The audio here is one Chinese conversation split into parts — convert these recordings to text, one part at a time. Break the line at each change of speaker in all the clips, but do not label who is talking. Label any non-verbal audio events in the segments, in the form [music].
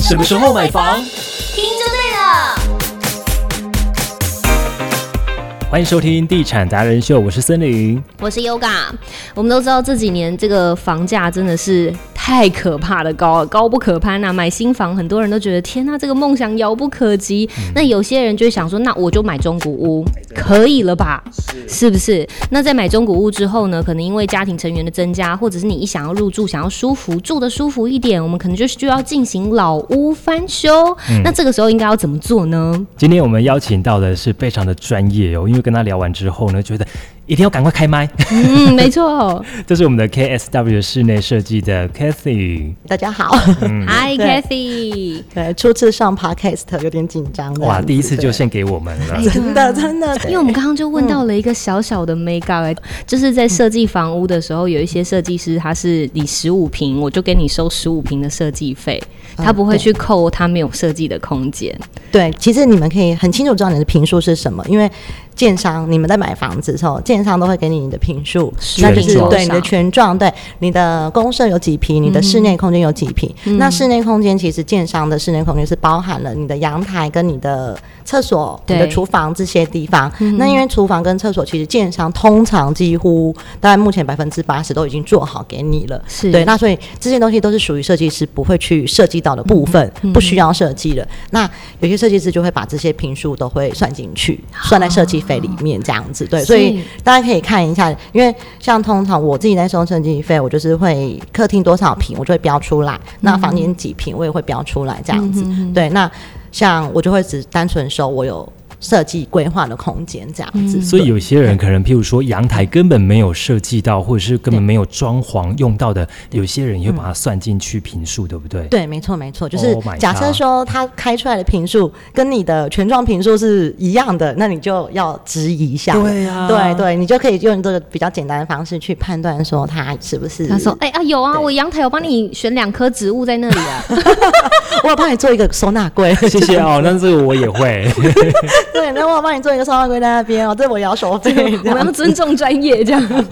什么时候买房？
听就对了。
欢迎收听《地产达人秀》，我是森林。
我是 Yoga，我们都知道这几年这个房价真的是太可怕的高了，高不可攀呐、买新房，很多人都觉得天呐、这个梦想遥不可及。那有些人就会想说，那我就买中古屋，可以了吧？是不是？那在买中古屋之后呢，可能因为家庭成员的增加，或者是你一想要入住，想要舒服，住的舒服一点，我们可能就需要进行老屋翻修。那这个时候应该要怎么做呢？
今天我们邀请到的是非常的专业哦，因为跟他聊完之后呢，觉得一定要赶快开麦。 [laughs]
嗯，没错。
这是我们的 KSW 室内设计的 Cathy。
大
[laughs]
家好，
Hi
对
Kathy。
对，初次上 podcast 有点紧张，
哇，第一次就
现，
献给我们了。
真的真的，
因为我们刚刚就问到了一个小小的 make up，、就是
嗯
在设计房屋的时候，有一些设计师他是你十五平，我就给你收十五平的设计费，
啊
他不会去扣他没有设计的空间。
对，其实你们可以很清楚知道你的评数是什么，因为建商你们在买房子的时候，建商都会给你你的评数，
是
那就是
权状
对你的权状，对你的公设有几平，你的室内空间有几平。
嗯
那室内空间其实建商的室内空间是包含了你的阳台跟你的厕所、你的
对
厨房这些地方。
嗯
那因为厨房跟厕所，其实建商通常几乎大概目前百分之八十都已经做好给你了。
是
对，那所以这些东西都是属于设计师不会去涉及到的部分，不需要设计的。那有些设计师就会把这些评数都会算进去，算在设计费里面这样子。对，所
所
以
以
大家可以看一下，因为像通常我自己在收设计费，我就是会客厅多少平，我就会标出来；那房间几平，我也会标出来这样子。对，那像我就会只单纯收我有设计规划的空间这样子。
所以有些人可能，譬如说阳台根本没有设计到，或者是根本没有装潢用到的，有些人也会把它算进去平数，对不对？
对，没错没错，就是
Oh my
假设
God
说他开出来的评数跟你的权状评数是一样的，那你就要质疑一下了。
对啊
对对，你就可以用这个比较简单的方式去判断说他是不是。
他说：“哎、啊，有啊，
嗯对
我阳台有帮你选两棵植物在那里
[laughs]
啊。
[laughs] 我有帮你做一个收纳柜，
[laughs] 谢谢哦，那这个我也会。
对，那我有帮你做一个收纳柜在那边哦，这我也要收
[laughs]
费。
我们要尊重专业，这
[laughs]
样，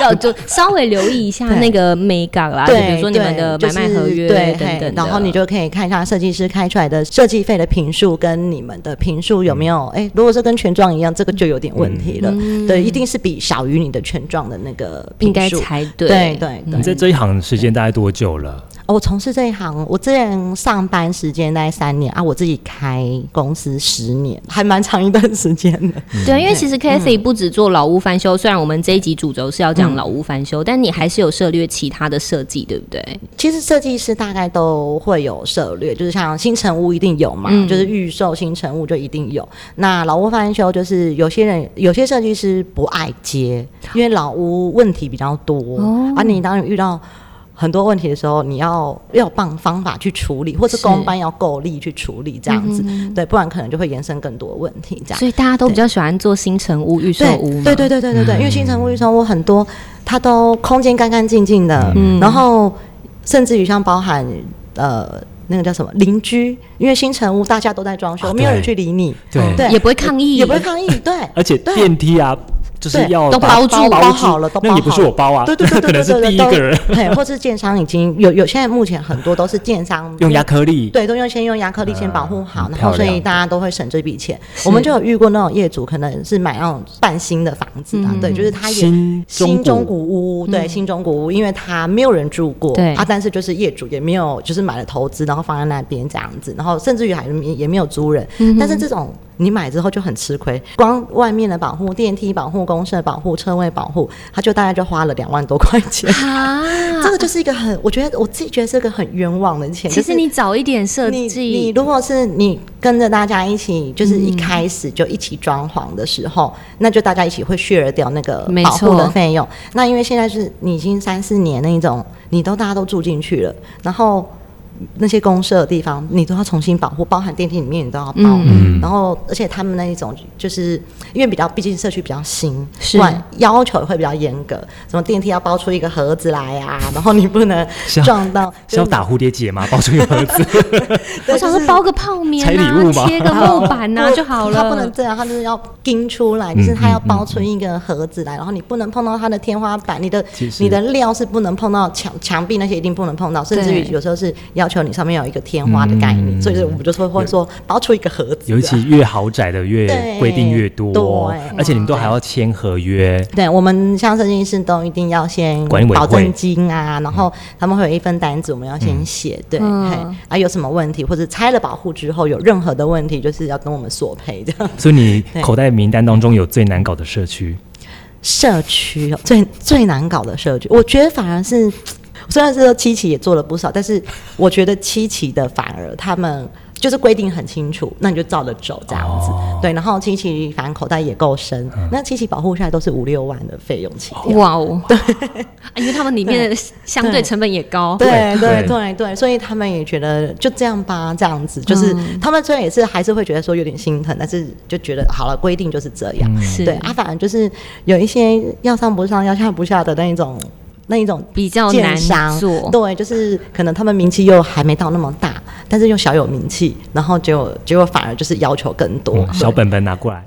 要就稍微留意一下
对
那个 make up 啦，
对，
啊比如说你们的
对
买卖合约
就是、对
等
嘿
等的
然后你就可以看一下设计师开出来的设计费的评数跟你们的评数有没有
嗯
哎、如果是跟权状一样，这个就有点问题了。对，一定是比小于你的权状的那个
应
评
该
数。
才对。嗯
对对对
你在这一行时间大概多久了？
哦我从事这一行，我之前上班时间大概三年啊，我自己开公司十年，还蛮长一段时间的。
对，因为其实 Kathy 不止做老屋翻修，虽然我们这一集主轴是要讲老屋翻修，但你还是有涉略其他的设计，对不对？
其实设计师大概都会有涉略，就是像新城屋一定有嘛，就是预售新城屋就一定有。那老屋翻修就是有些人有些设计师不爱接，因为老屋问题比较多，而啊，你当然遇到。很多问题的时候，你要要有办方法去处理，或是
是
公班要够力去处理这样子，对，不然可能就会延伸更多问题这样。
所以大家都比较喜欢做新城屋、预售屋嘛
对对对对
嗯
对对，因为新城物预售屋很多，它都空间干干净净的，
嗯
然后甚至于像包含呃那个叫什么邻居，因为新城屋大家都在装修，
啊
没有人
对
去理你，
对
对
也不会抗议，
也不会抗议，
[laughs]
对，
而且
对
电梯啊，就是
对
要
都
把
包住
包
包
好了，都包
那
好
你不是我
了。
包啊，
对对对
[laughs] 可
对
能
对
是
对，
第一个人
对，或是建商已经有有，现在目前很多都是建商
用压克力。
对，都用先用亚克力先保护好，
嗯
然
漂
后所以
亮
大家都会省这笔钱。我们就有遇过那种业主，可能是买那种半新的房子啊，对，就是他也
嗯新
新
中
中
古嗯
古屋，对，新中古屋，因为他没有人住过，
对
啊，但是就是业主也没有，就是买了投资，然后放在那边这样子，然后甚至于还没也没有租人，
嗯
但是这种。你买之后就很吃亏，光外面的保护、电梯保护、公社保护、车位保护，他就大概就花了两万多块钱。
[laughs] 啊。
这个就是一个很，我觉得我自己觉得是个很冤枉的钱。
其
就是
实你早一点设
你你
计，嗯
如果是你跟着大家一起，就是一开始就一起装潢的时候，那就大家一起会 share 掉那个
没
保护的
错
费用。那因为现在是你已经三四年那一种，你都大家都住进去了，然后。那些公社的地方，你都要重新保护，包含电梯里面你都要包。
嗯
然后，而且他们那一种，就是因为比较，毕竟社区比较新，
是
不然要求会比较严格，什么电梯要包出一个盒子来啊，然后你不能
是要
撞到，
是要打蝴蝶结吗？包出一个
[laughs]
盒子，
我想说包个泡棉
拆礼物
啊，
吗
贴个木板啊 [laughs]
不
就好
它不能
了。
这样，它就是要钉出来，
嗯
就是它要包出一个盒子来，然后你不能碰到它的天花板，你的
其实
你的料是不能碰到墙墙壁那些一定不能碰到，甚至于
对
有时候是要求你上面有一个天花的概
嗯
念，所以我们就说会说包出一个盒子啊，
尤其越豪宅的越
对
规定越多
对，
而且你们都还要签合约，
对我们像设计师都一定要先
管委会嗯
保证金啊，然后他们会有一份单子，我们要先写，对，
嗯
嘿啊有什么问题或者拆了保护之后有任何的问题，就是要跟我们索赔这样。
所以你
对
口袋名单当中有最难搞的社区，
社区哦，最最难搞的社区，我觉得反而是虽然是七期也做了不少，但是我觉得七期的反而他们。就是规定很清楚，那你就照着走这样子，对。然后七期反正口袋也够深，那七期保护下来都是五六万的费用起跳。
哇哦，对，因为他们里面的相对成本也高，
对
对
对对对，所以他们也觉得就这样吧，这样子就是、
嗯
他们虽然也是还是会觉得说有点心疼，但是就觉得好了，规定就是这样。
嗯是
对啊，反正就是有一些要上不上、要下不下的那一种。那一种
比较
建
难
商
做
对，就是可能他们名气又还没到那么大，但是又小有名气，然后结果结果反而就是要求更多，
嗯小本本拿过来，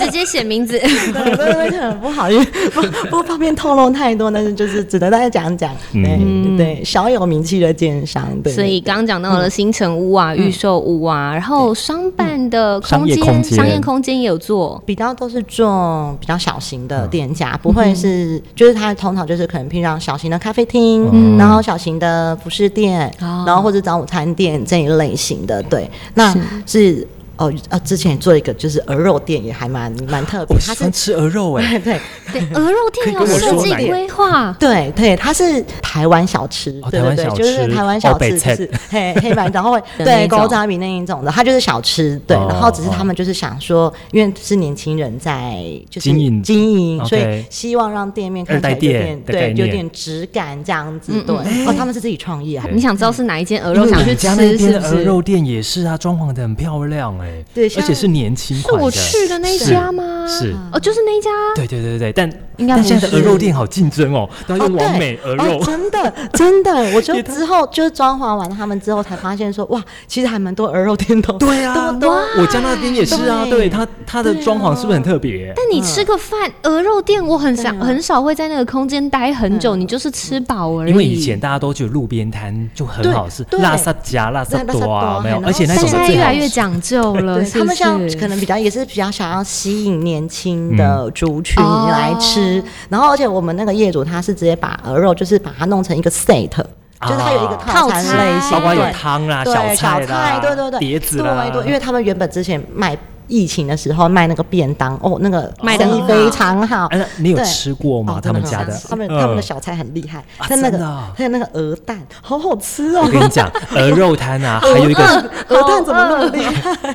直接写名字。
[laughs] 对，对对，很不好意思，不不方便透露太多，但是就是只能大家讲讲，对、对，小有名气的奸商，
嗯
对，
所以刚刚讲到了新城屋啊、预售屋啊，然后商办的
嗯商
空
业空
间、
间
商业空间也有做。
比较都是做比较小型的店家，不会是就是它通常就是可能偏向小型的咖啡厅，然后小型的服饰店，
哦
然后或者早午餐店这一类型的，对，那是。哦，呃，之前也做一个就是鹅肉店，也还蛮蛮特别
我，
它
哦喜
是
欢吃鹅肉哎，
对 [laughs] 对
对，鹅肉
可以
店
跟
有
我
设
说
计
哪一个
规划，
对对，它是台湾小吃，
哦
对
台湾
对对
小，
就是
吃
台湾
哦
小
北
吃，就
菜
是黑黑
[laughs]
板，然后会
的那
对
种
高渣米那一种的，它就是小吃，对，
哦
然后只是他们就是想说，因为是年轻人在就是
经营
经营，所以
OK
希望让店面看起来
二代
有
店
点
的概
对
念
有点质感这样
嗯
子，对，哦，他们是自己创业啊
对。
你想知道是哪一间鹅肉，想去
你家
吃
那边
是
的
不
鹅
是？
肉店也是啊，装潢的很漂亮哎，
对
而
像
且是年轻
是
款
我
的，
去的那一
是
家吗？
是
哦，就是那一家啊。
对对对对对，但
应该
但
不
现在的鹅
是
肉店好竞争哦，然后
哦，
又完美
对，
鹅肉
哦，，真的真的，我
[laughs]
就之后就是装潢完他们之后才发现说，哇，其实还蛮多鹅肉店都
对啊，
都都
我家那边也是啊，
对
对它它的装潢是不是很特别？
但你吃个饭，鹅肉店我很少
嗯对啊嗯
很少会在那个空间待很久，你就是吃饱而已。
因为以前大家都觉得路边摊就很好吃，
对对
拉萨夹、拉萨多啊，
对拉萨多
没有，
然后
而且那
但
种
现
是
在
最
越
好
来越讲究了，
对
是不
他们像
是
可能比较也是比较想要吸引年轻
嗯
的族群来吃，
哦
然后而且我们那个业主他是直接把鹅肉就是把它弄成一个 set，、就是它有
啊
一个套餐类型，
包括有
对
汤啦、
对
菜
小菜
啦、
对对对，
碟子啦
对，对，因为他们原本之前卖疫情的时候卖那个便当，哦，那个
卖得
生意
很好
非常好
哎。那你有
对
吃过吗
哦？
他们
真
家
很
的
好吃，他们
嗯
他们的小菜很厉害，
啊
像那
真的
个
啊
还有那个鹅蛋，好好吃哦 [laughs]
我。跟你讲，鹅肉摊啊，还有一个
鹅蛋怎么那么厉害？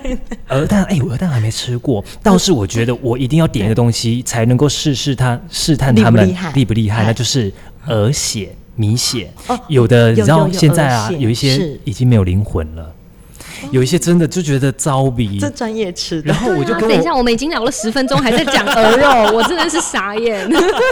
鹅蛋，哎，鹅蛋还没吃过，
嗯
倒是我觉得我一定要点一个东西才能够试试它，试探他们
厉不厉害
厉不厉害，
哎
那就是鹅血、米血
哦。
有的你
有
知道
有有
现在啊，
鹅血
有一些
是
已经没有灵魂了，有一些真的就觉得糟逼。
[laughs] 这专业吃的
然。后我就
啊
跟
等
[laughs]
一
我，
下，我们已经聊了十分钟，还在讲鹅肉，我真的是傻
[laughs]
眼。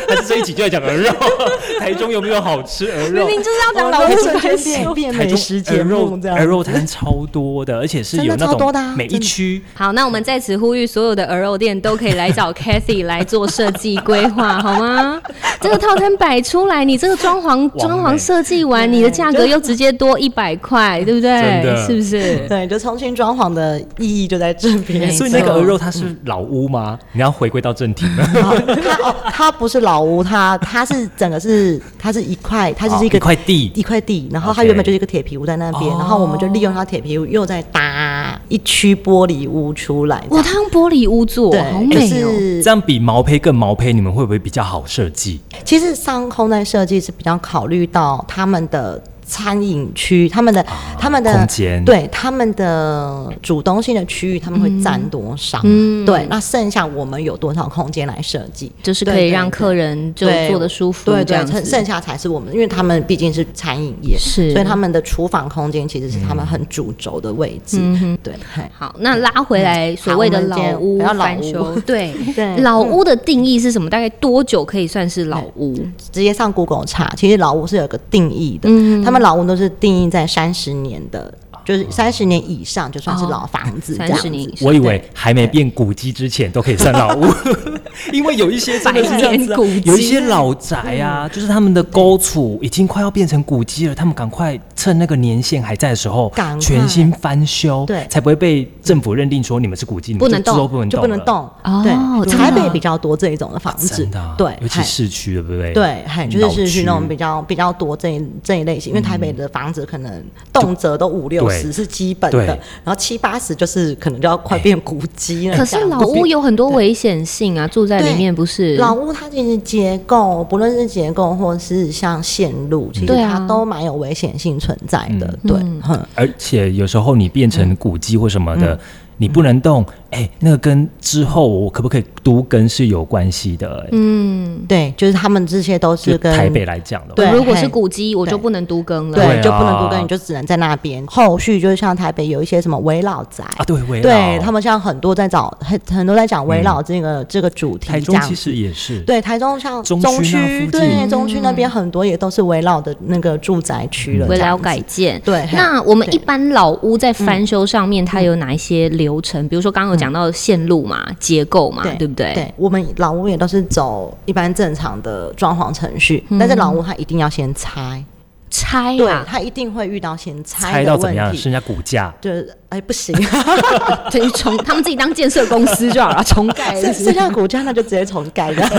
还是这一集就在讲鹅肉， [laughs] 台中有没有好吃鹅
[laughs] 明
肉？
明哦就是要讲
我
老
们
夫
瞬
白
间变
说。
变
台
美
中
食
鹅
节目
肉
这
鹅
样。
肉摊超多的，而且是有
真的
那
超多的
种
啊
每一
真的
区
好，那我们在此呼吁所有的鹅肉店都可以来找 Cathy 来做设计规
[laughs]
划，好吗？这个套餐摆出来，你这个装潢
美
装潢设计完，你的价格又直接多一百块，对不
真
对？
的
是不是？
对，就重新装潢的意义就在这边
没。
所以那个
错
鹅肉它是老屋吗？你要回归到正题了。
它 [laughs] 哦，它不是老屋，它它是整个是它是一块，它就是
哦
一
一
个
块地，
一块地，然后它
OK
原本就是一个铁皮屋在那边，
哦
然后我们就利用它铁皮屋又再搭一区玻璃屋出来。
哇，它用玻璃屋做，
对，
好
就
美哦！
是
这样比毛坯更毛坯，你们会不会比较好设计？
其实商空在设计是比较考虑到他们的餐饮区、他们的、他们的
啊空间
对他们的主东西的区域，他们会占多少？
嗯
对，那剩下我们有多少空间来设计？
就是可以让
对对对
客人就
对
坐的舒服，
对
这
对
样，
剩
子
剩。下才是我们，因为他们毕竟是餐饮业，
是
所以他们的厨房空间其实是他们很主轴的位置。
嗯
对，嗨
好，那拉回来所谓的老屋
好我们
翻
今天
修，对
对
老屋的定义是什么？大概多久可以算是老屋？
直接
嗯
上 Google 查，其实老屋是有个定义的，他们老屋都是定义在三十年的
吧？
就是三十年以上就算是老房子这
哦三
样
十
子。
年以上
我以为还没变古迹之前都可以算老
[laughs]
屋，因为有一些真的是这样子啊、
百年古迹
有一些老宅啊，
嗯
就是他们的沟储已经快要变成古迹了，他们赶快趁那个年限还在的时候
赶，快
全新翻修，
对
才不会被政府认定说你们是古迹，你们
不能
就之后
动
不能
就
动，
不能。动
哦，
对，
真的
台北比较多这一种的房子
真的啊、，
对，
尤其
嘿
市区，对不对？
对，很就是市区那
老
种比较比较多这一这一类型，因为台北的房子可能动辄都五六
嗯对
十是基本
对
的，然后七八十就是可能就要快变古迹了。
[laughs] 可是
这样
老
子
屋有很多危险性啊，住在里
对
面不是？
老屋它其实结构，不论是结构或是像线
嗯
路，其实
对啊嗯
它都蛮有危险性存在的。对，哼
而且有时候你变
嗯
成古迹或什么的，你不能动，哎、那个跟之后我可不可以都跟是有关系的、哎
嗯，
对，就是他们这些都
就是
跟
台北来讲的话，
对
如果是
嘿
古迹，我就
对
不能都更了。
对，
对啊
就不能独根，你就只能在那边。后续就是像台北有一些什么围老宅。
啊，对，围
对
绕
他们像很多在找很很多在讲围绕这个、这个主
嗯
题
台
这
中
样
其
子，
实也是，
对，台中像
中
中
区那附近
对中区那边很多也都是围绕的那个住宅区
嗯
了，
嗯围
这样
绕
子
改建。
对嘿
那我们
对
一般老屋在翻修上面，它有哪一些流程？比如说刚刚有讲到线路嘛、结构嘛，对不对？
对，我们老屋也都是走一般正常的装潢程序，
嗯
但是老屋它一定要先拆，
拆
对，
啊，
它一定会遇到先
猜
拆
到
的
怎么
问
样，
题。
剩下骨
[laughs]
架。
就是哎，
[laughs]
不行，
就是重他们自己当建设公司就好了，重盖是不
剩
是
剩下骨架那就直接重盖
[laughs]
的。
啊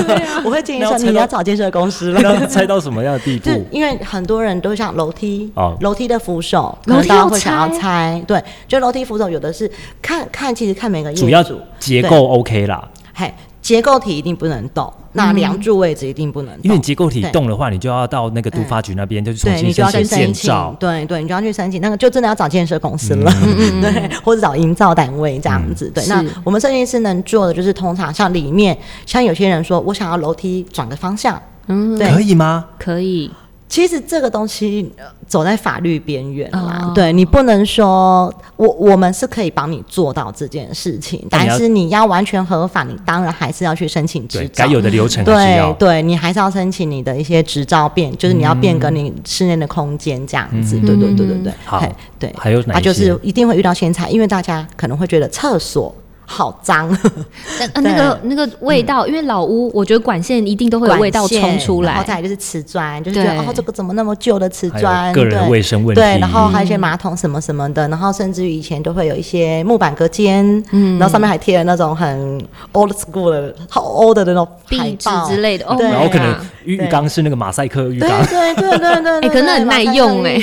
我会建议
那要
说，
拆
你
到
要找建设公司了。
那猜到什么样的地
就
步？
因为很多人都想楼梯
哦，
楼梯的扶手，
楼
可能
梯
大
要
家会想要
拆
拆。对，就楼梯扶手有的是看看，其实看每个业
主要
主
结
对
构 OK 啦，
嘿，结构体一定不能动，那梁柱位置一定不能动，
因为你结构体
对
动的话，你就要到那个都发局那边，就重
对
新
你就
申
要去
请建
申
造
请，。对对，你就要去申请，那个就真的要找建设公司了，
嗯
[laughs] 对，或者找营造单位这样子。对，
是
那我们设计师能做的就是，通常像里面，像有些人说我想要楼梯转个方向，
嗯，
对
可以吗？
可以。
其实这个东西呃走在法律边缘啦，
哦
对你不能说我我们是可以帮你做到这件事情，
但你
但
要
是你要完全合法，你当然还是要去申请执
对，
照
该。有的流程还是
对
要。
对，你还是要申请你的一些执照变，就是你要变更
嗯
你室内的空间这样子。对对对对对，
好
嘿对，
还有哪一些
啊，就是一定会遇到先踩，因为大家可能会觉得厕所好脏，
但呃那个那个味道，因为老屋，我觉得管线一定都会有味道冲出
然后
来。
再来就是瓷砖，就是觉得
对
哦，这个怎么那么旧的瓷
还有
砖？
个人的
对
卫生问题
对，然后还有一
嗯
些马桶什么什么的，然后甚至于以前都会有一些木板隔间，嗯，然后上面还贴了那种很 old school 的、好 old 的那种
壁纸之
类。
类的，哦，
对
然后可能
啊
浴
对
浴缸是那个马赛克浴
对
缸，
对对对对，
[laughs] 哎，可能很耐用哎，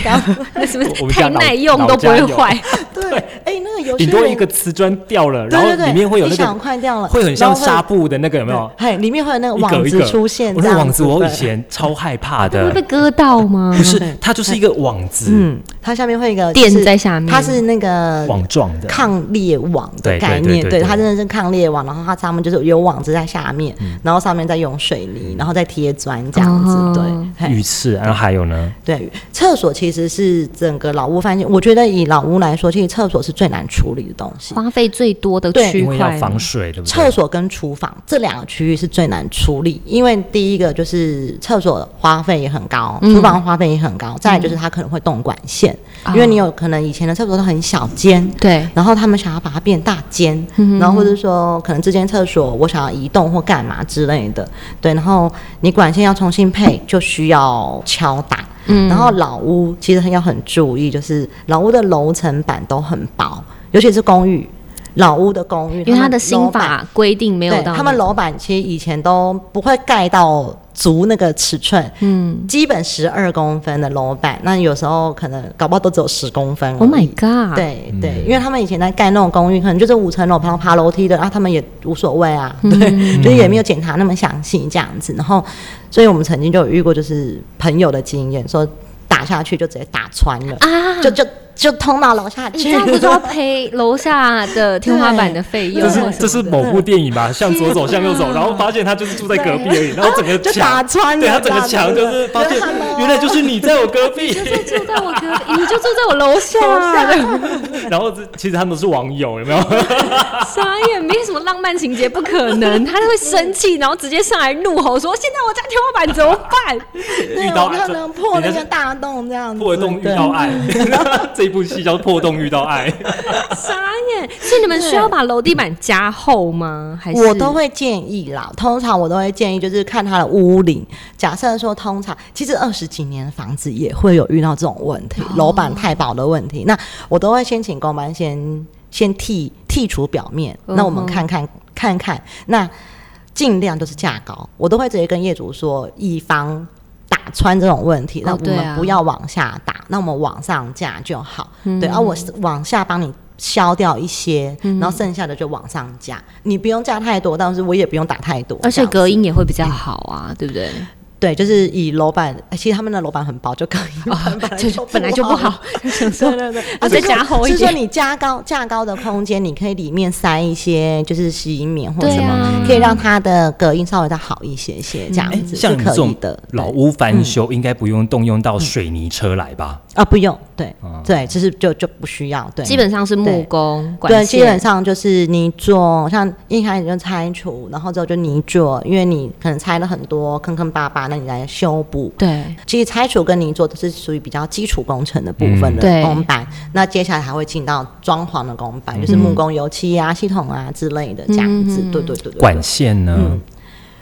那是
我
不
们
是
家
太
老
耐用都不会坏？ [laughs]
对，哎，那个有些
顶多
人
一个瓷砖掉了，
对
然后
对对
里面会有
一
那
小
个
块掉了，
会很像
然后
纱布的那个有没有？
嘿，里面会有那个
一
网
格一
子
个
出现，
我
这
那
样
网子
子
我
对
以前超害怕
会被
的，
割到吗？
不是它就是一个网子
嗯，它下面会有一个
垫
就是
在下面
它是那个
网状的，
抗裂网
对
的概
对对
念，
对
对
对
它真的是抗裂网，然后它上面就是有网子在下面，
嗯
然后上面再用水泥，然后再贴砖这样子，
哦
对。嘿
鱼翅，然后还有呢，
对，厕所其实是整个老屋翻新，我觉得以老屋来说，其实厕所是最难处理的东西。
花费最多的
对
区
因为要
块吗
防水，嗯对不
厕
对？
所跟厨房这两个区域是最难处理，因为第一个就是厕所花费也很高，
嗯
厨房花费也很高，再来就是它可能会动管线，
啊
因为你有可能以前的厕所都很小间。
对，
然后他们想要把它变大间，
嗯
然后或者说可能这间厕所我想要移动或干嘛之类的，对，然后你管线要重新配就需要敲打，
嗯
然后老屋其实要很注意，就是老屋的楼层板都很薄，尤其是公寓，老屋的公寓，
因为它
们
的新
楼板
法规定没有
对
到
他们
那
楼板其实以前都不会盖到足那个尺寸，
嗯
基本十二公分的楼板，那有时候可能搞不好都只有十公分而已。
，Oh my god，，
对
嗯
对，因为他们以前在盖那种公寓，可能就是五层楼，然后爬楼梯的，然、啊后他们也无所谓啊，
嗯
嗯
对，就是也没有检查那么详细这样子。然后，所以我们曾经就有遇过，就是朋友的经验，说打下去就直接打穿了，
啊
就就就通到楼下
你
去
这样不就要赔楼下的天花板的费用
这
对？
是这是某部电影
[laughs]
吧，向左走，向右走，然后发现他就是住在隔壁而已，然后整个
就
墙
打，啊穿了，
对他整个墙就是发现 [laughs] 原来就是你在我隔
[laughs]
壁，
就住在我隔壁，你就住在我楼下，
然后这其实他们是网友，有没有？
傻眼，没什么浪漫情节，不可能，他会生气，然后直接上来怒吼说：“现在我家天花板怎么办
对，
遇到
我可能破
人
那
家
个
是
大洞这
[laughs]
样子，[laughs]
破洞遇
对
到爱，这这部戏叫《破洞遇到爱》。
傻眼！所以你们需要把楼地板加厚吗？还是
我都会建议啦，通常我都会建议，就是看它的屋龄。假设说，通常其实二十几年的房子也会有遇到这种问题，楼
哦
板太薄的问题。那我都会先请工班先先剔剔除表面，
嗯哼
那我们看看看看，那尽量就是价高，我都会直接跟业主说，以防。打穿这种问题，那
哦
我
对啊
们不要往下打，那我们往上架就好。
嗯
对，而、啊、我是往下帮你消掉一些，然后剩下的就往上加。你不用加太多，但是我也不用打太多。
而且
这样
隔音也会比较好啊，对不对？
对，就是以楼板，哎其实他们的楼板很薄，就隔音板 [laughs] 本来
哦就是
就
啊本来就不
[laughs]
好。，想说
对对对，
啊
啊，
再
是说
加厚一
是说
点，
你加高架高的空间，你可以里面塞一些就是吸音棉或者
对
什么，
啊，
可以让它的隔音稍微再好一些些，这样
嗯
哎，
子、
像
是
你们这
可以
种
的。
老
对嗯
屋翻修，应该不用动用到水泥车来吧？
啊，不用，对、
嗯
对，就是就就不需要，对，
基本上是木工管
对，
线
基本上就是泥做，像一开始就拆除，然后之后就泥做，因为你可能拆了很多坑坑巴巴，那你来修补。
对
其实拆除跟泥做都是属于比较基础工程的部分
嗯
对
的工板，那接下来还会进到装潢的工板，
嗯
就是木工、油漆啊、系统啊之类的这样子。对对对对
管线
嗯
呢？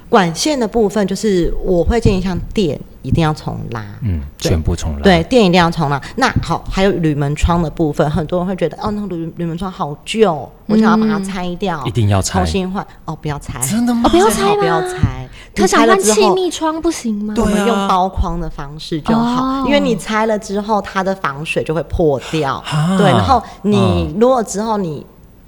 管线的部分，就是我会建议像电一定要重拉，
嗯，
对
全部重来。
对，电一定要重啦。那好，还有铝门窗的部分，很多人会觉得哦，那个铝铝门窗好旧，我想要把它拆掉，
一定要拆
重新换。哦，不要拆，
真的吗？
哦，不要
最
拆
好
吗？
不要拆。
可
你
想
拆了
换
之
气
后，
密窗不行吗？
我
对
们
啊
用包框的方式就
哦
好，因为你拆了之后，它的防水就会破掉。
啊
对，然后你
嗯
如果之后你。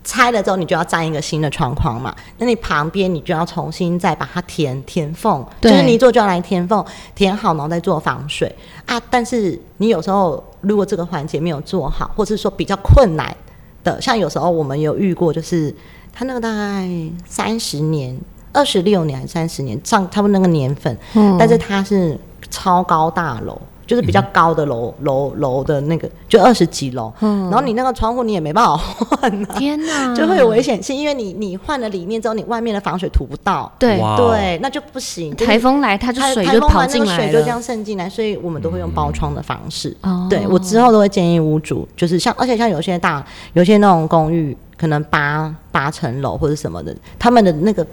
拆了之后，你就要粘一个新的窗框嘛。那你旁边你就要重新再把它填填缝，就
对
是泥做就要来填缝，填好然后再做防水啊。但是你有时候如果这个环节没有做好，或是说比较困难的，像有时候我们有遇过，就是它那个大概三十年、二十六年还是三十年，上差不多那个年份，但是它是超高大楼，就是比较高的楼、楼楼的那个，就二十几楼。
嗯
然后你那个窗户你也没办法 [laughs] 换、啊，
天哪，
就会有危险性，因为你你换了里面之后，你外面的防水涂不到，
对
哇哦
对，那就不行。就是
嗯台风来，它就
台
水
台
就
风
跑
完那
进
个
来
水就这
了，
样渗进来，所以我们都会用包窗的方式。
哦
对我之后都会建议屋主，就是像而且像有些大有些那种公寓，可能八八层楼或者什么的，他们的那个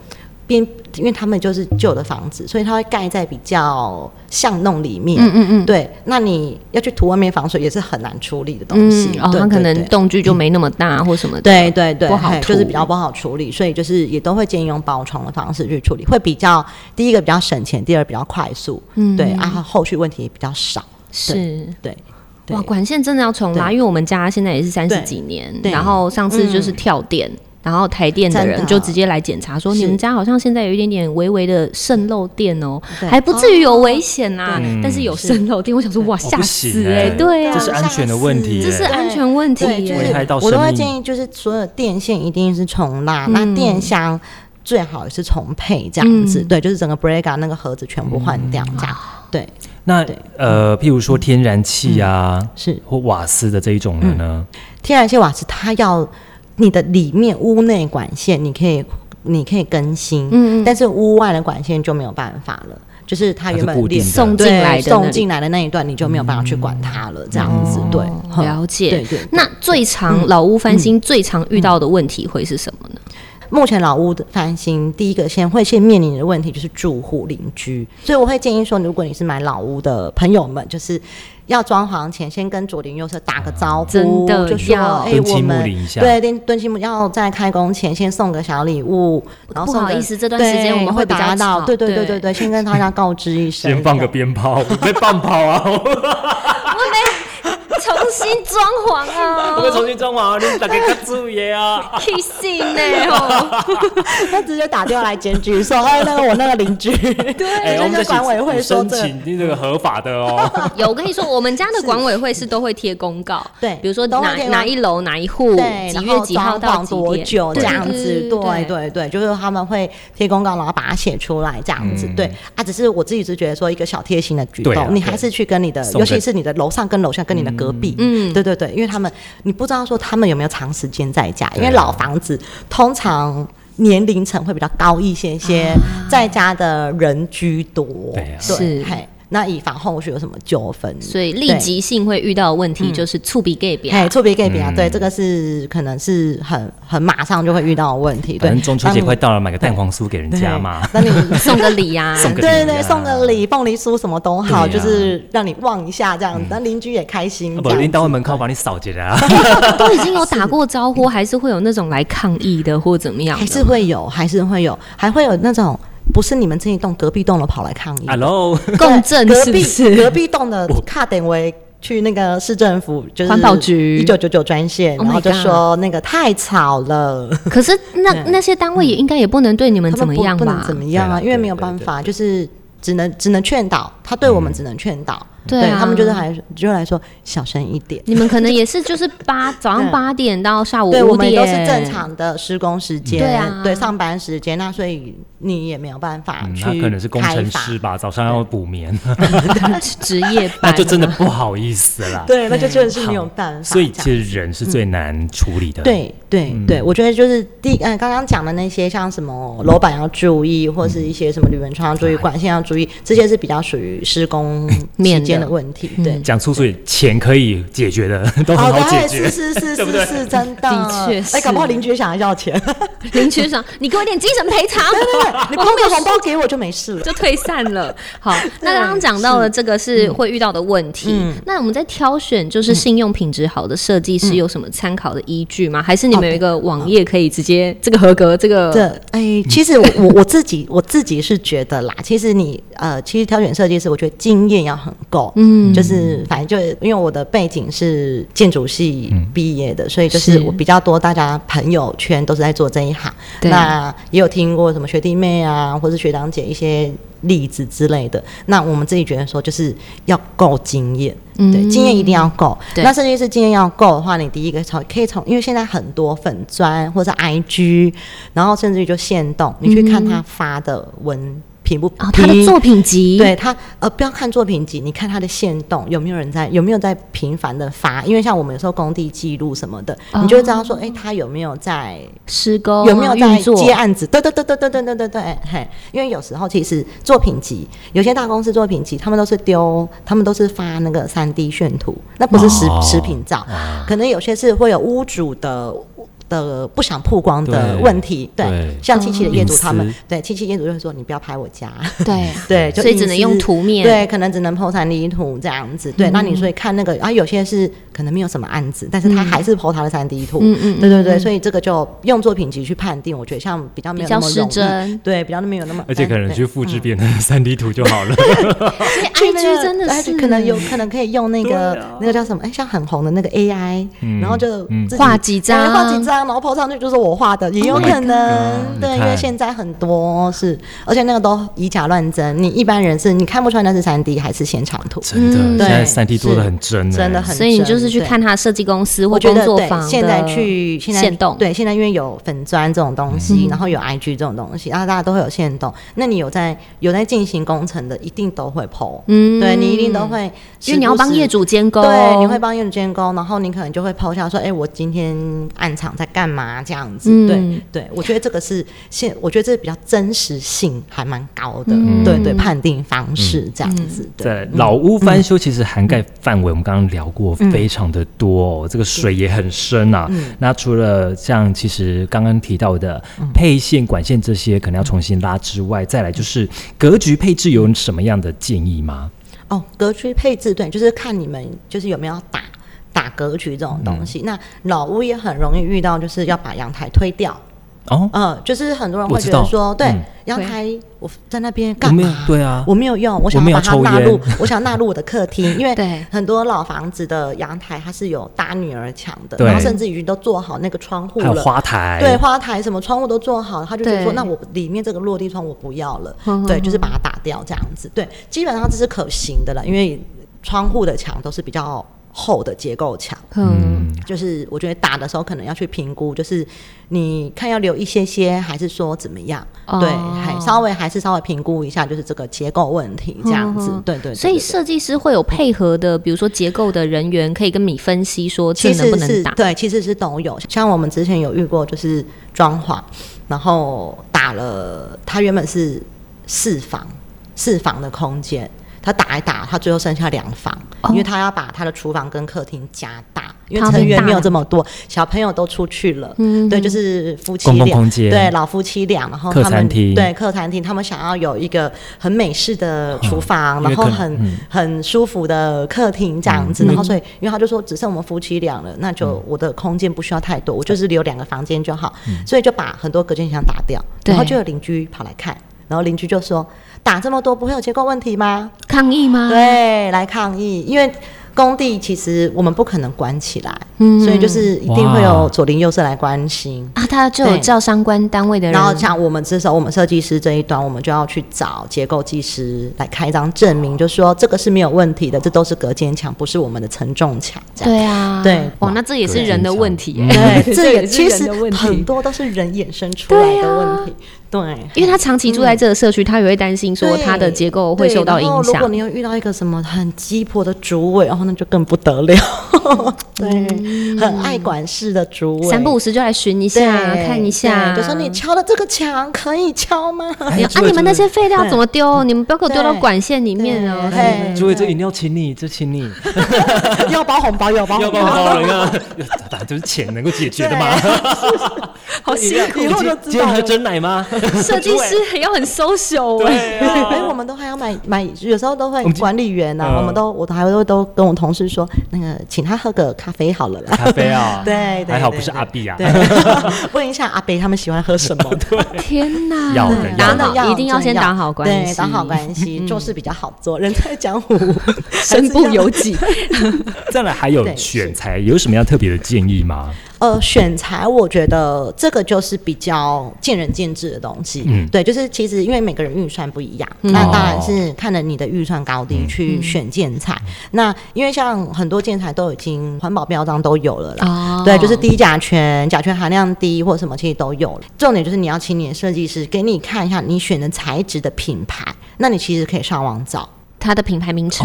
边，因为他们就是旧的房子，所以它会盖在比较巷弄里面。
嗯嗯嗯，
对，那你要去涂外面防水也是很难处理的东西，
嗯，哦，
对
它可
对
能
对
动距就没那么大或什么的，
对对对，
不好
嘿就是
涂
比较不好处理，所以就是也都会建议用包装的方式去处理，会比较第一个比较省钱，第二比较快速，
嗯
对啊，后续问题也比较少，
是。
对对
哇，管线真的要重拉，
对
因为我们家现在也是三十
对
几年，
对嗯
然后上次就是跳电。然后台电的
真的
人就直接来检查，说
是
你们家好像现在有一点点微微的渗漏电哦，
对
还不至于有危险呐、
对
但是有渗漏电，我想说哇，
嗯哦
吓
不
死
行
哎、
哎
欸
对啊
这，是安全的问题欸
这
耶
是
对
安全问题欸
对，
耶、
就
危害到
是我都
生
会
命
建议，就是所有电线一定是重拉，
嗯
那电箱。最好也是重配这样子，
嗯
对，就是整个 Brega 那个盒子全部换掉这样，对，
那
对
呃，譬如说天然气啊，
是
或瓦斯的这一种的呢？
天然气瓦斯它要你的里面屋内管线，你可以你可以更新，
嗯嗯
但是屋外的管线就没有办法了，就是它原
它是固
本
定
连
的
送进
对
来的那里
送进来的那嗯一段，你就没有办法去管它了，这样子、对，哼
了解。
对对。
那最
嗯
常老屋翻新、最常遇到的问题会是什么呢？ [laughs]
目前老屋的翻新，第一个先会先面临的问题就是住户邻居，所以我会建议说，如果你是买老屋的朋友们，就是。要装潢前，先跟左邻右舍打个招
真
呼，
的
就说
要：“
哎、
敦
我
亲睦
们
邻一下
对敦敦亲睦要在开工前先送个小礼物，然后
不
送
好
个
意思这段时间
对
我们会
会
比较
打扰
吵
对对对
对
对对，先跟大家告知一声，
先放个
这
鞭
样
炮，我被棒炮
[laughs]
啊！
重新装潢啊
我被重新装潢啊，你大家要注意啊！
k i s s i n 呢？哦，
他直接打电话来检举说：“哎，那个我那个邻居， [laughs] 对， [laughs]
哎，我们
就
在
是管委会说
申
这个
请那个合法的哦。
有，我跟你说，我们家的管委会是都会贴公告，
[laughs] 对
比如说
都会
哪
贴公
哪一楼哪一户
对，
几
然
月
后
几号到
装潢
几
多
点
久这样子，
对。
对对对，就是他们会贴公告，然后把它写出来这样子，对啊，只是我自己是觉得说一个小贴心的举
嗯对啊
动，你
对
还是去跟你的，
送
尤其
个
是你的楼上跟楼下跟你的隔壁，
嗯
嗯，对对对，因为他们你不知道说他们有没有长时间在家，因
对
为
啊
老房子通常。年
啊
龄层会比较高一些些，在家的人居多，
对啊
对
是
嘿那以防后续有什么纠纷。
所以立即性会遇到的问
嗯
题就是触鼻 gay 比
哎，错别给别啊，
嗯
对，这个是可能是很很马上就会遇到的问题。对
反正，中秋节
当
快
你
到了，买个蛋黄酥给人家嘛。 [laughs]
那你
[laughs] 送个礼呀、
送个礼
对对
啊
对， [laughs] 送个礼，凤梨酥什么都好，
对
就
啊
是让你望一下这样子，那邻居也开心
那。
这
不，
样
拎
子
到我门口把你扫起来啊。
都已经有打过招呼，还是会有那种来抗议的或怎么样
还
的
是会有，还是会有，还会有那种不是你们这一栋隔壁栋的跑来抗 [laughs] 议，
Hello，
共振
对
是不
隔壁隔
是？
壁栋的卡点为。去那个市政府，就是
环保局
一九九九专线，
Oh my
然后就说那个太吵了，
[laughs] 可是那那些单位也应该也不能对你们
他
怎么
们
样
不不能
吧
怎？么样啊，
对嗯啊
因为没有办法，就是只能只能劝导，他对我们只能劝导，
对啊
他们就是还就来说小声一点，
你们可能也是就是八早上八点到下午
对，我
五
们
点，
都是正。常的施工时
嗯
间，
对啊
上班时间，那所以你也没有办法
嗯
去
他可能是工
开
程
发
师吧，早上要补眠，
[laughs] 职业
[laughs] 那
班
就真的不好意思啦。
对，
啊
那就真的是没有办法。
所以
这
其实
样
嗯人是最难处理的。，
对对对，我觉得就是第嗯，刚刚讲的那些，像什么楼板要注意，或
嗯
是一些什么铝门窗要注意、管线要注意，这些是比较属于施工期
面
间
的嗯
的问题。对，
讲粗俗一点，钱可以解决的 [laughs] 都很
哦，
好解
对，
决
是。
[laughs]
是是
对不
是
对
是，真的，
的确是
哎，搞不好邻居也想要要钱，对
林区长，你给我点精神赔偿。
对
[laughs]
对，你不给红包给我就没事了。
就退散了。好，那刚刚讲到了这个是会遇到的问题。
嗯
那我们在挑选就是信用品质好的设计师有什么参考的依据吗？还是你们有一个网页可以直接这个合格这个？
这哎，其实我我我自己我自己是觉得啦，其实你呃，其实挑选设计师，我觉得经验要很够，嗯，就是反正就因为我的背景是建筑系毕业的，所以就是
是
我比较多大家朋友圈都是在做这一行，
对
那也有听过什么学弟妹啊，或是学长姐一些例子之类的。那我们自己觉得说，就是要够经验，对，经验一定要够。
嗯对
那设计师经验要够的话，你第一个从可以从，因为现在很多粉砖或者 IG，然后甚至于就限动，你去看他发的文评不
嗯哦，他的
评
作品集，
对他，呃，不要看作品集，你看他的线动有没有人在，有没有在频繁的发？因为像我们有时候工地记录什么的，你就会知道
哦
说，哎、他有没有在
施工
有没有
啊
在
运作
接案子？对对对对对对对对对，嘿，因为有时候其实作品集，有些大公司作品集，他们都是丢，他们都是发那个三 D 炫图，那不是食、
哦
食品照，可能有些是会有屋主的。的不想曝光的
对
问题，对，
对
像七七的业主
隐私
他们，对七七业主就会说你不要拍我家，
对。
对，就
所以只
隐
能
私
用图面，嗯
对，可能只能 PO 三 D 图这样子。对，那你所以看那个，啊，有些是可能没有什么案子，但是他还是 PO 他的三 D 图。
嗯嗯嗯
对对对，所以这个就用作品集去判定，我觉得像比较没有那么
比较失
容易
真，
对，比较没有那么，哎
而且可能
对
去复制别人的三 D 图就好了。
嗯
所以
[laughs] 去那
IG
个
真的是
IG 可能有可能可以用那个
对啊
那个叫什么？哎，像很红的那个 AI，
嗯
然后就
嗯
自己
画几张
哎画几张，然后 PO 上去就是我画的，也有
Oh my
可能
God，。
对，
你
因
看
为现在很多是，而且那个都以假乱真，你一般人是你看不出来那是三 D 还是现场图。
真的，
嗯
现在
对
三 D 做的很真欸，
真的很
所以你就是去
对
看他设计公司或
我觉
工
得
作
对
坊，的
现在去现在
限动，嗯
对，现在因为有粉砖这种东西，然后有 IG 这种东西，然后大家都会有限动。那你有在有在进行工程的，一定都会 PO，、
嗯
对你一定都，会时不时，
因为你要帮业主哦监工，
对，你会帮业主监工，然后你可能就会抛下说，哎、我今天暗场在干嘛这样子。
嗯
对对，我觉得这个是现，我觉得这比较真实性还蛮高的，
嗯
对对，判定方式这
嗯
样子。对，
在老屋翻修其实涵盖范围，我们刚刚聊过
嗯
非常的多、哦，这个水也很深啊。那除了像其实刚刚提到的
嗯
配线、管线这些可能要重新拉之外，再来就是格局配置有什么样的建议吗？
哦，格局配置对，就是看你们就是有没有打打格局这种东
嗯
西。那老屋也很容易遇到，就是要把阳台推掉。
哦，
嗯，就是很多人会
我知
觉
道
得说，对
嗯
阳
对
台我在那边
我
干
没
嘛
有？，对啊，
我没有用，我
我
想
没
要
有
把它
抽
纳
烟
入，我想纳入我的客厅，因
对
为很多老房子的阳台它是有搭女儿墙的，
对
然后甚至于都做好那个窗户
还有
呃了。
花台，
对，花台什么窗户都做好了，他就觉得说，
对嗯
那我里面这个落地窗我不要了
哼哼，
对，就是把它打掉这样子。对，基本上这是可行的了，因为窗户的墙都是比较厚的结构墙，
嗯，
就是我觉得打的时候可能要去评估，就是你看要留一些些，还是说怎么样？
哦
对，还稍微还是稍微评估一下，就是这个结构问题这样子。
嗯嗯
对对对
所以
对
设计师会有配合的，比如说结构的人员可以跟你分析说这
其
能不
实
能
是
打。
对，其实是都有。像我们之前有遇过，就是装潢，然后打了，它原本是四房四房的空间，他打一打，他最后剩下两房，
哦
因为他要把他的厨房跟客厅加大，因
他
为成
变
员
大
没有
了
这么多，小朋友都出去了，
嗯
对，就是夫妻
公共
俩
空间
对老夫妻俩，然后
客
他
餐
们
厅
对客餐厅，他们想要有一个很美式的厨房，
哦因为
然后
可能
很、
嗯
很舒服的客厅这样子，
嗯
然后所以因为他就说只剩我们夫妻俩了，那就我的空间不需要太多，我就是留两个房间就好，所以就把很多隔间箱打掉，
嗯对
然后就有邻居跑来看。然后邻居就说：“打这么多不会有结构问题吗？”
抗议吗？，
对，来抗议，因为工地其实我们不可能关起来，
嗯
所以就是一定
哇
会有左邻右舍来关心。
啊，他就有
对
叫相关单位的人，
然后像我们至少我们设计师这一端，我们就要去找结构技师来开一张证明，就说这个是没有问题的，这都是隔间墙，不是我们的承重墙。这样
对啊，
对
哇，那这也是
对
人的
正常
问题耶、
嗯
[laughs]
对，这也
是
其
人
实
的问题
很多都是人衍生出来
对
的
啊
问题。对，
因为他长期住在这个社区，他也会担心说他的结构会
嗯对
受到
然后
影
如果
响。
你又遇到一个什么很鸡婆的主委，然后那就更不得了。对，很爱管事的主委，
三不五时就来巡嗯一
对
下，看一下，
对就说你敲了这个墙可以敲吗？
哎呦啊，你们那些废料怎么丢？你们不要给我丢到
对
管线里面哦。
对哎
诸位，这饮料请你，这请你，
要包红包，要包
要
红
不然包人啊，打就是钱能够解决的嘛。 [laughs]
好辛
[laughs]
苦
饮料
以后就知道了
今天喝真奶吗？
设计师也要很 social 哎、
对啊
所以我们都还要买买，有时候都会
我们
管理员呢、
嗯
我们都我都还会都跟我同事说，那个请他喝个咖啡好了
[laughs]
啦。
咖啡啊，
对对
还好
对
不是
对
阿碧啊。
对，问一下阿北他们喜欢喝
[laughs]
什么？
天哪！
要的
打
要的
好，一定要先打好关系，嗯
对，打好关系做事比较好做。人在江湖，
[laughs] 身不由
己。
己。
[laughs]
再来还有
对
选材，有什么样特别的建议吗？
呃，选材我觉得这个就是比较见仁见智的东西。
嗯
对，就是其实因为每个人预算不一样，
嗯
那当然是看了你的预算高低去选建材。那因为像很多建材都已经环保标章都有了啦。
[laughs] 哦
对，就是低甲醛、甲醛含量低或什么，其实都有了。重点就是你要请你的设计师给你看一下你选的材质的品牌，那你其实可以上网找。
它的品牌名称。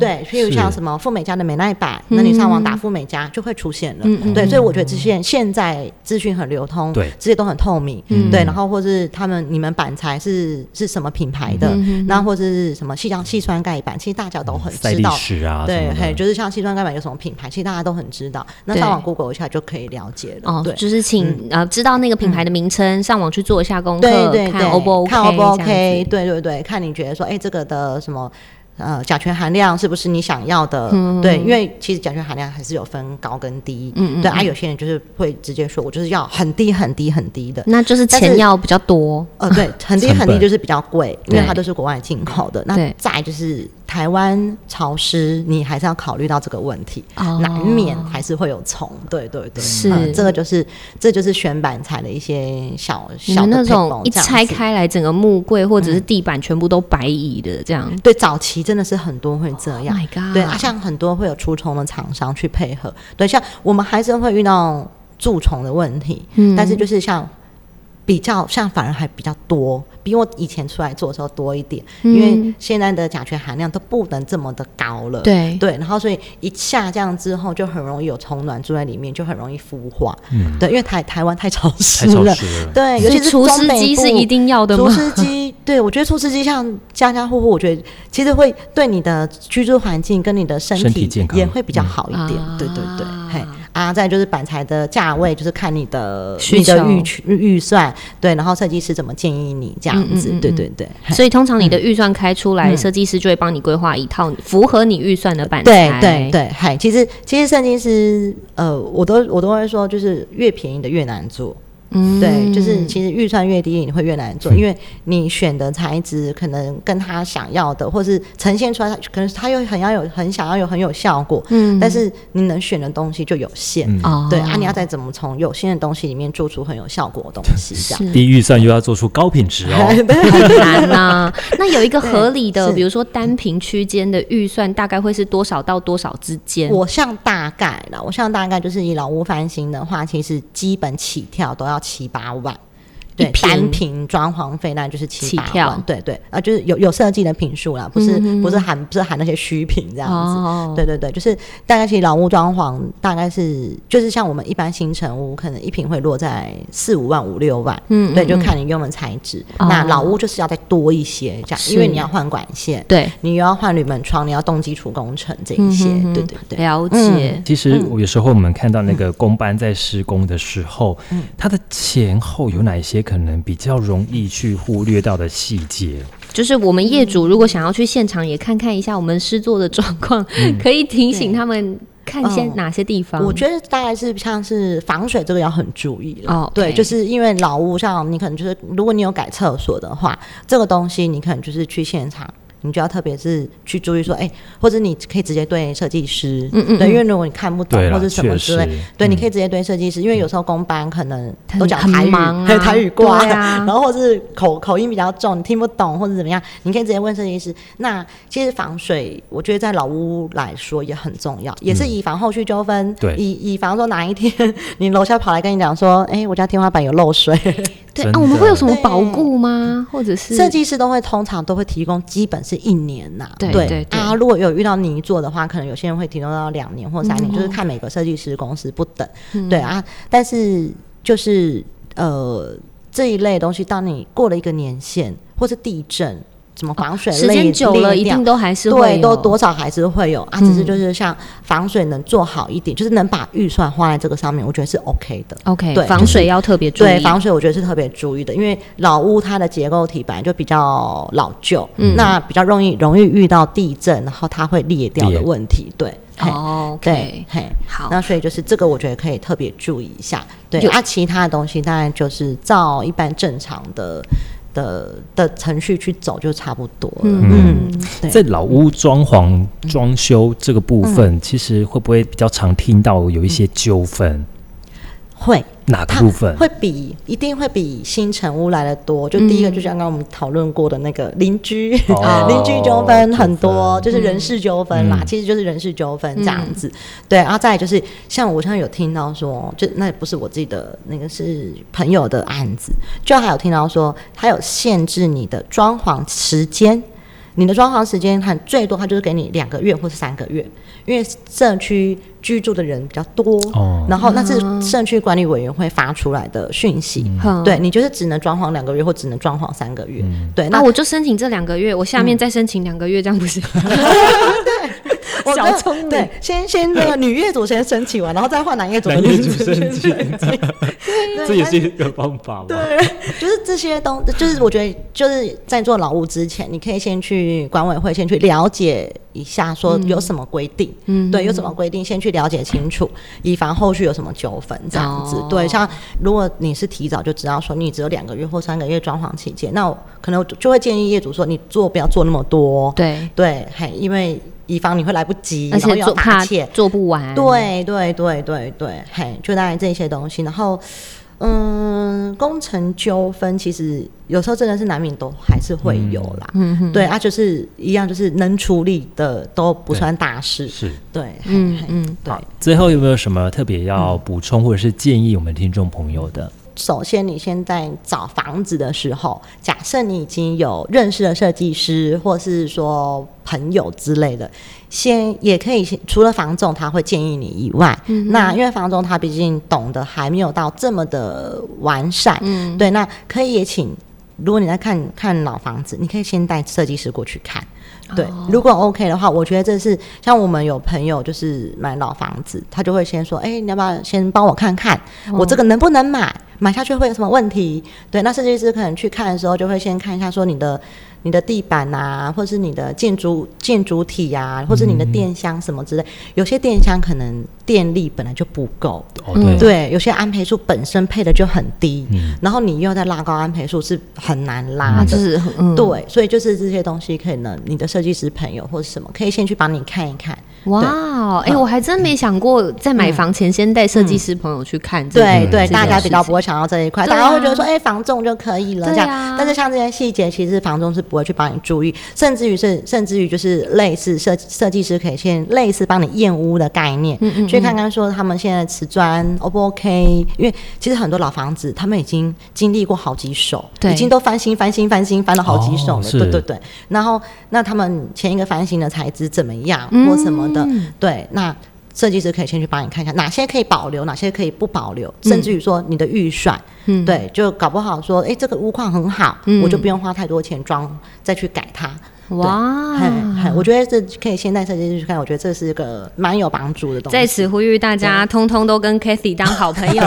对对，譬如
是
像什么富美家的美耐版，那你上网打富美家就会出现了。
嗯嗯
对，所以我觉得这些现在资讯很流通，
对
这些都很透明。
嗯
对，然后或是他们你们板材是是什么品牌
嗯
的，那或者是什么细钢细酸钙板，其实大家都很
嗯赛
知
历
道。
史啊，
对，
还
嘿，就是像细酸钙板有什么品牌，其实大家都很知道。那
对
上网 Google 一下就可以了解了。
哦
对，。嗯
就是请、呃知道那个品牌的名称，上网去做一下功课，
对对对，
看 O 不 OK，
看 O 不
这样
OK，
子
对对对，看你觉得说，哎、这个的什么。呃，甲醛含量是不是你想要的？
嗯
对，因为其实甲醛含量还是有分高跟低。
嗯嗯
对
嗯
啊，有些人就是会直接说，我就是要很低很低很低的。
那就是
但
钱
是
要比较多，
呃，
[laughs]
对，很低
成
很低
本
就是比较贵，因为
嗯对
它都是国外进口的。那
对
再来就是台湾潮湿，你还是要考虑到这个问题，
哦
难免还是会有虫。对对对，
是
嗯这个就是这就是选板材的一些小
你
小
们
的
那
paper
种一
这样
拆
子嗯
开来，整个木柜或者是地板全部都白蚁的这样。
对，早期真的是很多会这
Oh
样。
my god！
嗯对啊，像很多会有除虫的厂商去配合。对，像我们还是会遇到蛀虫的问题，
嗯
但是就是像比较像反而还比较多，比我以前出来做的时候多一点，因为
嗯
现在的甲醛含量都不能这么的高了。
对
对，然后所以一下降之后，就很容易有虫卵住在里面，就很容易孵化。
嗯
对，因为台台湾太潮湿
太潮
了。
湿了。
[laughs] 对，尤其
是
是
除
中
湿
北
机是
部
一定要的
除
吗？ [laughs]
湿机，对我觉得除湿机像家家户户，我觉得其实会对你的居住环境跟你的身
身体
体
健康
也会比较好一点。
嗯
对对对
啊，
嘿啊，再来就是板材的价位，就是看你的
需
你
求
的预期预算，对，然后设计师怎么建议你这样子。
嗯嗯嗯嗯
对对对，嘿
所以通常你的预算开出来，
嗯
设计师就会帮你规划一套符合你预算的板
对
材。
对对，嗨，其实其实设计师，呃，我都我都会说，就是越便宜的越难做，
嗯
对，就是其实预算越低，你会越难做，因为你选的材质可能跟他想要的，或是呈现出来，可能他又很要有很想要有很有效果，
嗯
但是你能选的东西就有限，
嗯
哦，
对啊，你要再怎么从有限的东西里面做出很有效果的东西，这样。
是
低预算又要做出高品质
嗯
哦，
很难啊呐、
[laughs]
那有一个合理的，
对是
比如说单品区间的预算大概会是多少到多少之间？
我像大概啦，我像大概就是以老屋翻新的话，其实基本起跳都要七八万。对
一平
单平装潢费那就是七
起
八
跳
万，对对啊，就是有有设计的平数啦，不是、
嗯嗯嗯
不是含不是含那些虚平这样子。
哦，
对对对，就是大概其实老屋装潢大概是就是像我们一般新城屋，可能一平会落在四五万五六万，
嗯，嗯
对，就
嗯
看你用的材质。
哦
那老屋就是要再多一些这样，
是
因为你要换管线，
对
你又要换铝门窗，你要动基础工程这一些，
嗯哼哼
对对对。嗯
了解，
其实我有时候我们看到那个工班在施工的时候，
嗯
它的前后有哪些可能比较容易去忽略到的细节？
哦
就是我们业主如果想要去现场也看看一下我们施作的状况，
嗯
[laughs] 可以提醒他们看一些
嗯
哪些地方。
我觉得大概是像是防水这个要很注意了。
哦，OK
对，就是因为老屋上你可能就是，如果你有改厕所的话，这个东西你可能就是去现场。你就要特别是去注意说，哎、或者你可以直接对设计师，
嗯嗯嗯
对，因为如果你看不懂
对
或
啦
者什么
确
之类
实，
对，你
嗯
可以直接对设计师，因为有时候工班可能
很
都讲
很
台语，
忙啊
还有台语挂，
对啊
然后或是口口音比较重，你听不懂或者怎么样，你可以直接问设计师。那其实防水，我觉得在老屋来说也很重要，也是以防后续纠纷，
对
以以防说哪一天 [laughs] 你楼下跑来跟你讲说，哎、我家天花板有漏水，
对
真
啊，
的
我们会有什么保固吗？或者是
设计师都会通常都会提供，基本是一年呐、
对
对
对对
啊，如果有遇到泥做的话，可能有些人会提供到两年或三年，
嗯
就是看每个设计师公司不等。对啊，但是就是呃这一类的东西，当你过了一个年限，或是地震。什么防水
哦时
类、
间久了，
裂
一
掉
定都还是会
对，都
有
多少还是会有啊，
嗯
只是就是像防水能做好一点，就是能把预算花在这个上面，我觉得是 OK 的。
OK，
对
防水要特别注意。
对防水，我觉得是特别注意的，因为老屋它的结构体本来就比较老旧，
嗯
那比较容易容易遇到地震，然后它会裂掉的问题。对，嘿
哦
对
，OK，，
嘿，
好，
那所以就是这个，我觉得可以特别注意一下。对，
有
那、其他的东西当然就是照一般正常的的的程序去走就差不多了。
嗯
嗯，对。嗯
在老屋装潢、装修这个部分，其实会不会比较常听到有一些纠纷？
会
哪个
它
部分？
嗯会比一定会比新城屋来的多。就第一个，就像刚刚我们讨论过的那个邻居，
哦
[laughs] 邻居纠纷很多，
纠
就是人事纠纷啦，
嗯
其实就是人事纠纷这样子。对，然后再来就是像我现在有听到说，就那也不是我自己的，那个是朋友的案子，就还有听到说，他有限制你的装潢时间。你的装潢时间很最多，它就是给你两个月或是三个月，因为社区居住的人比较多，
哦
然后那是
嗯
社区管理委员会发出来的讯息，
好
对。你就是只能装潢两个月或只能装潢三个月，对。
那
那
嗯啊
嗯
我就申请这两个月，我下面再申请两个月，这样不行？
我
小聪明
对，先先那个女业主先申请完，然后再换男业主，
男业主申请
对对
这也是一个方法吗？
对，就是这些东，就是我觉得就是在做劳务之前，你可以先去管委会先去了解一下，说有什么规定，
嗯
对，有什么规定，先去了解清楚，以防后续有什么纠纷这样子。
哦
对，像如果你是提早就知道说你只有两个月或三个月装潢期间，那我可能我就会建议业主说你做不要做那么多，
对，
[laughs] 对，还因为以防你会来不及，
[laughs] 而
然后
且
又
做
要
怕
打欠，
做不完。，
对对对对对，嘿，就大概这些东西。然后，嗯，工程纠纷其实有时候真的是难免都还是会有啦。
嗯哼，
对啊，就是一样，就是能处理的都不算大事。
是。
对，
嗯
嘿嘿
嗯，
对。
最后有没有什么特别要补充或者是建议我们听众朋友的？
首先，你现在找房子的时候，假设你已经有认识的设计师，或是说朋友之类的，先也可以先除了房仲他会建议你以外，那因为房仲他毕竟懂得还没有到这么的完善，
嗯
对，那可以也请，如果你在看看老房子，你可以先带设计师过去看。对，如果 OK 的话，我觉得这是像我们有朋友就是买老房子，他就会先说，哎、你要不要先帮我看看，我这个能不能买？买下去会有什么问题？对，那设计师可能去看的时候，就会先看一下说你的你的地板啊，或是你的建筑建筑体啊，或是你的电箱什么之类。有些电箱可能电力本来就不够，
哦，对，
嗯
对，有些安培数本身配的就很低，
嗯
然后你又在拉高安培数是很难拉
那
的。
就是嗯，
对，所以就是这些东西可以呢，你的设计师朋友或是什么，可以先去帮你看一看。
哇哦，
嗯
哎，我还真没想过在买房前先带设计师朋友去看这个。
对
嗯
对，
这
大
件
家
事
比较
情
不会想到这一块，
对
大
啊
家会觉得说，哎、房仲就可以了这
对
样。
啊
但是像这些细节，其实房仲是不会去帮你注意，甚至于是甚至于就是类似设设计师可以先类似帮你验屋的概念，
嗯嗯
去看看说他们现在瓷砖 O 不 OK？因为其实很多老房子他们已经经历过好几手，
对
已经都翻新翻新翻新翻了好几
哦
手了，
是
对对对。然后那他们前一个翻新的材质怎么样
嗯
或什么的，对，那。设计师可以先去帮你看看哪些可以保留，哪些可以不保留，甚至于说你的预算，
嗯
对，就搞不好说，哎、这个屋况很好，
嗯
我就不用花太多钱装，再去改它。
哇，哦
嘿嘿，我觉得这可以现代设计师去看，我觉得这是一个蛮有帮助的东西。
在此呼吁大家，通通都跟 Kathy 当好朋
[laughs]
友。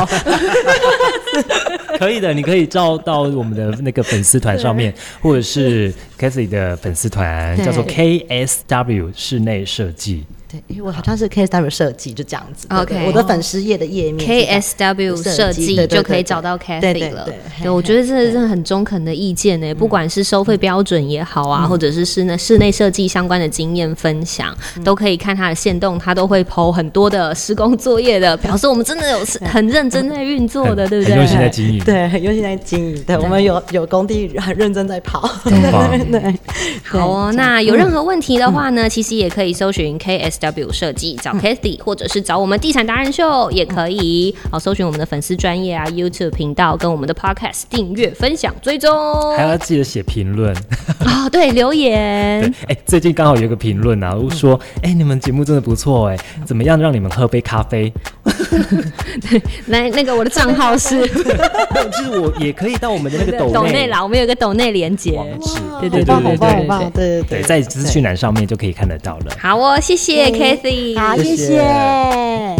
可以的，你可以照到我们的那个粉丝团上 [laughs] 面，或者是 Kathy 的粉丝团，
对
叫做 KSW 室内设计。
对，因为我好像是 KSW 设计，就这样子。对
OK
对我的粉丝页的页面是这样
KSW 设
设计
计
对对
就可以
对
找到
对
Kathy
对
了
对。
对，
嘿
我
嘿嗯
觉得这真的很中肯的意见呢，不管是收费标准也好啊，或者是室内室内设计相关的经验分享，
嗯
都可以看他的线动，他都会抛很多的施工作业
[laughs]
的，表示我们真的有是很认真在运作的，
很
对不
很用心
对？
在经营。
对，很用心在经营。对，我们有有工地很认真在跑。
很棒
[laughs] 对对对，
好哦，那有任何问题的话呢，其实也可以搜寻 KSW 设计找 Kathy，或者是找我们地产达人秀也可以。好，搜寻我们的粉丝专业啊 YouTube 频道跟我们的 Podcast 订阅、分享、追踪
还要记得写评论。
啊，对，留
对
言。，
哎、最近刚好有一个评论啊，我说，哎、你们节目真的不错，哎，怎么样让你们喝杯咖 [laughs] 啡？
来，那个我的账号是
没有就是我也可以到我们的那个抖
抖内
内
啦，我们有一个抖内连接。
网址，
对对对
好棒，好
对对
棒，好
对
棒，对对
对，在资讯栏上面就可以看得到了。
好哦，谢谢 Kathy，
好，谢
谢谢
谢。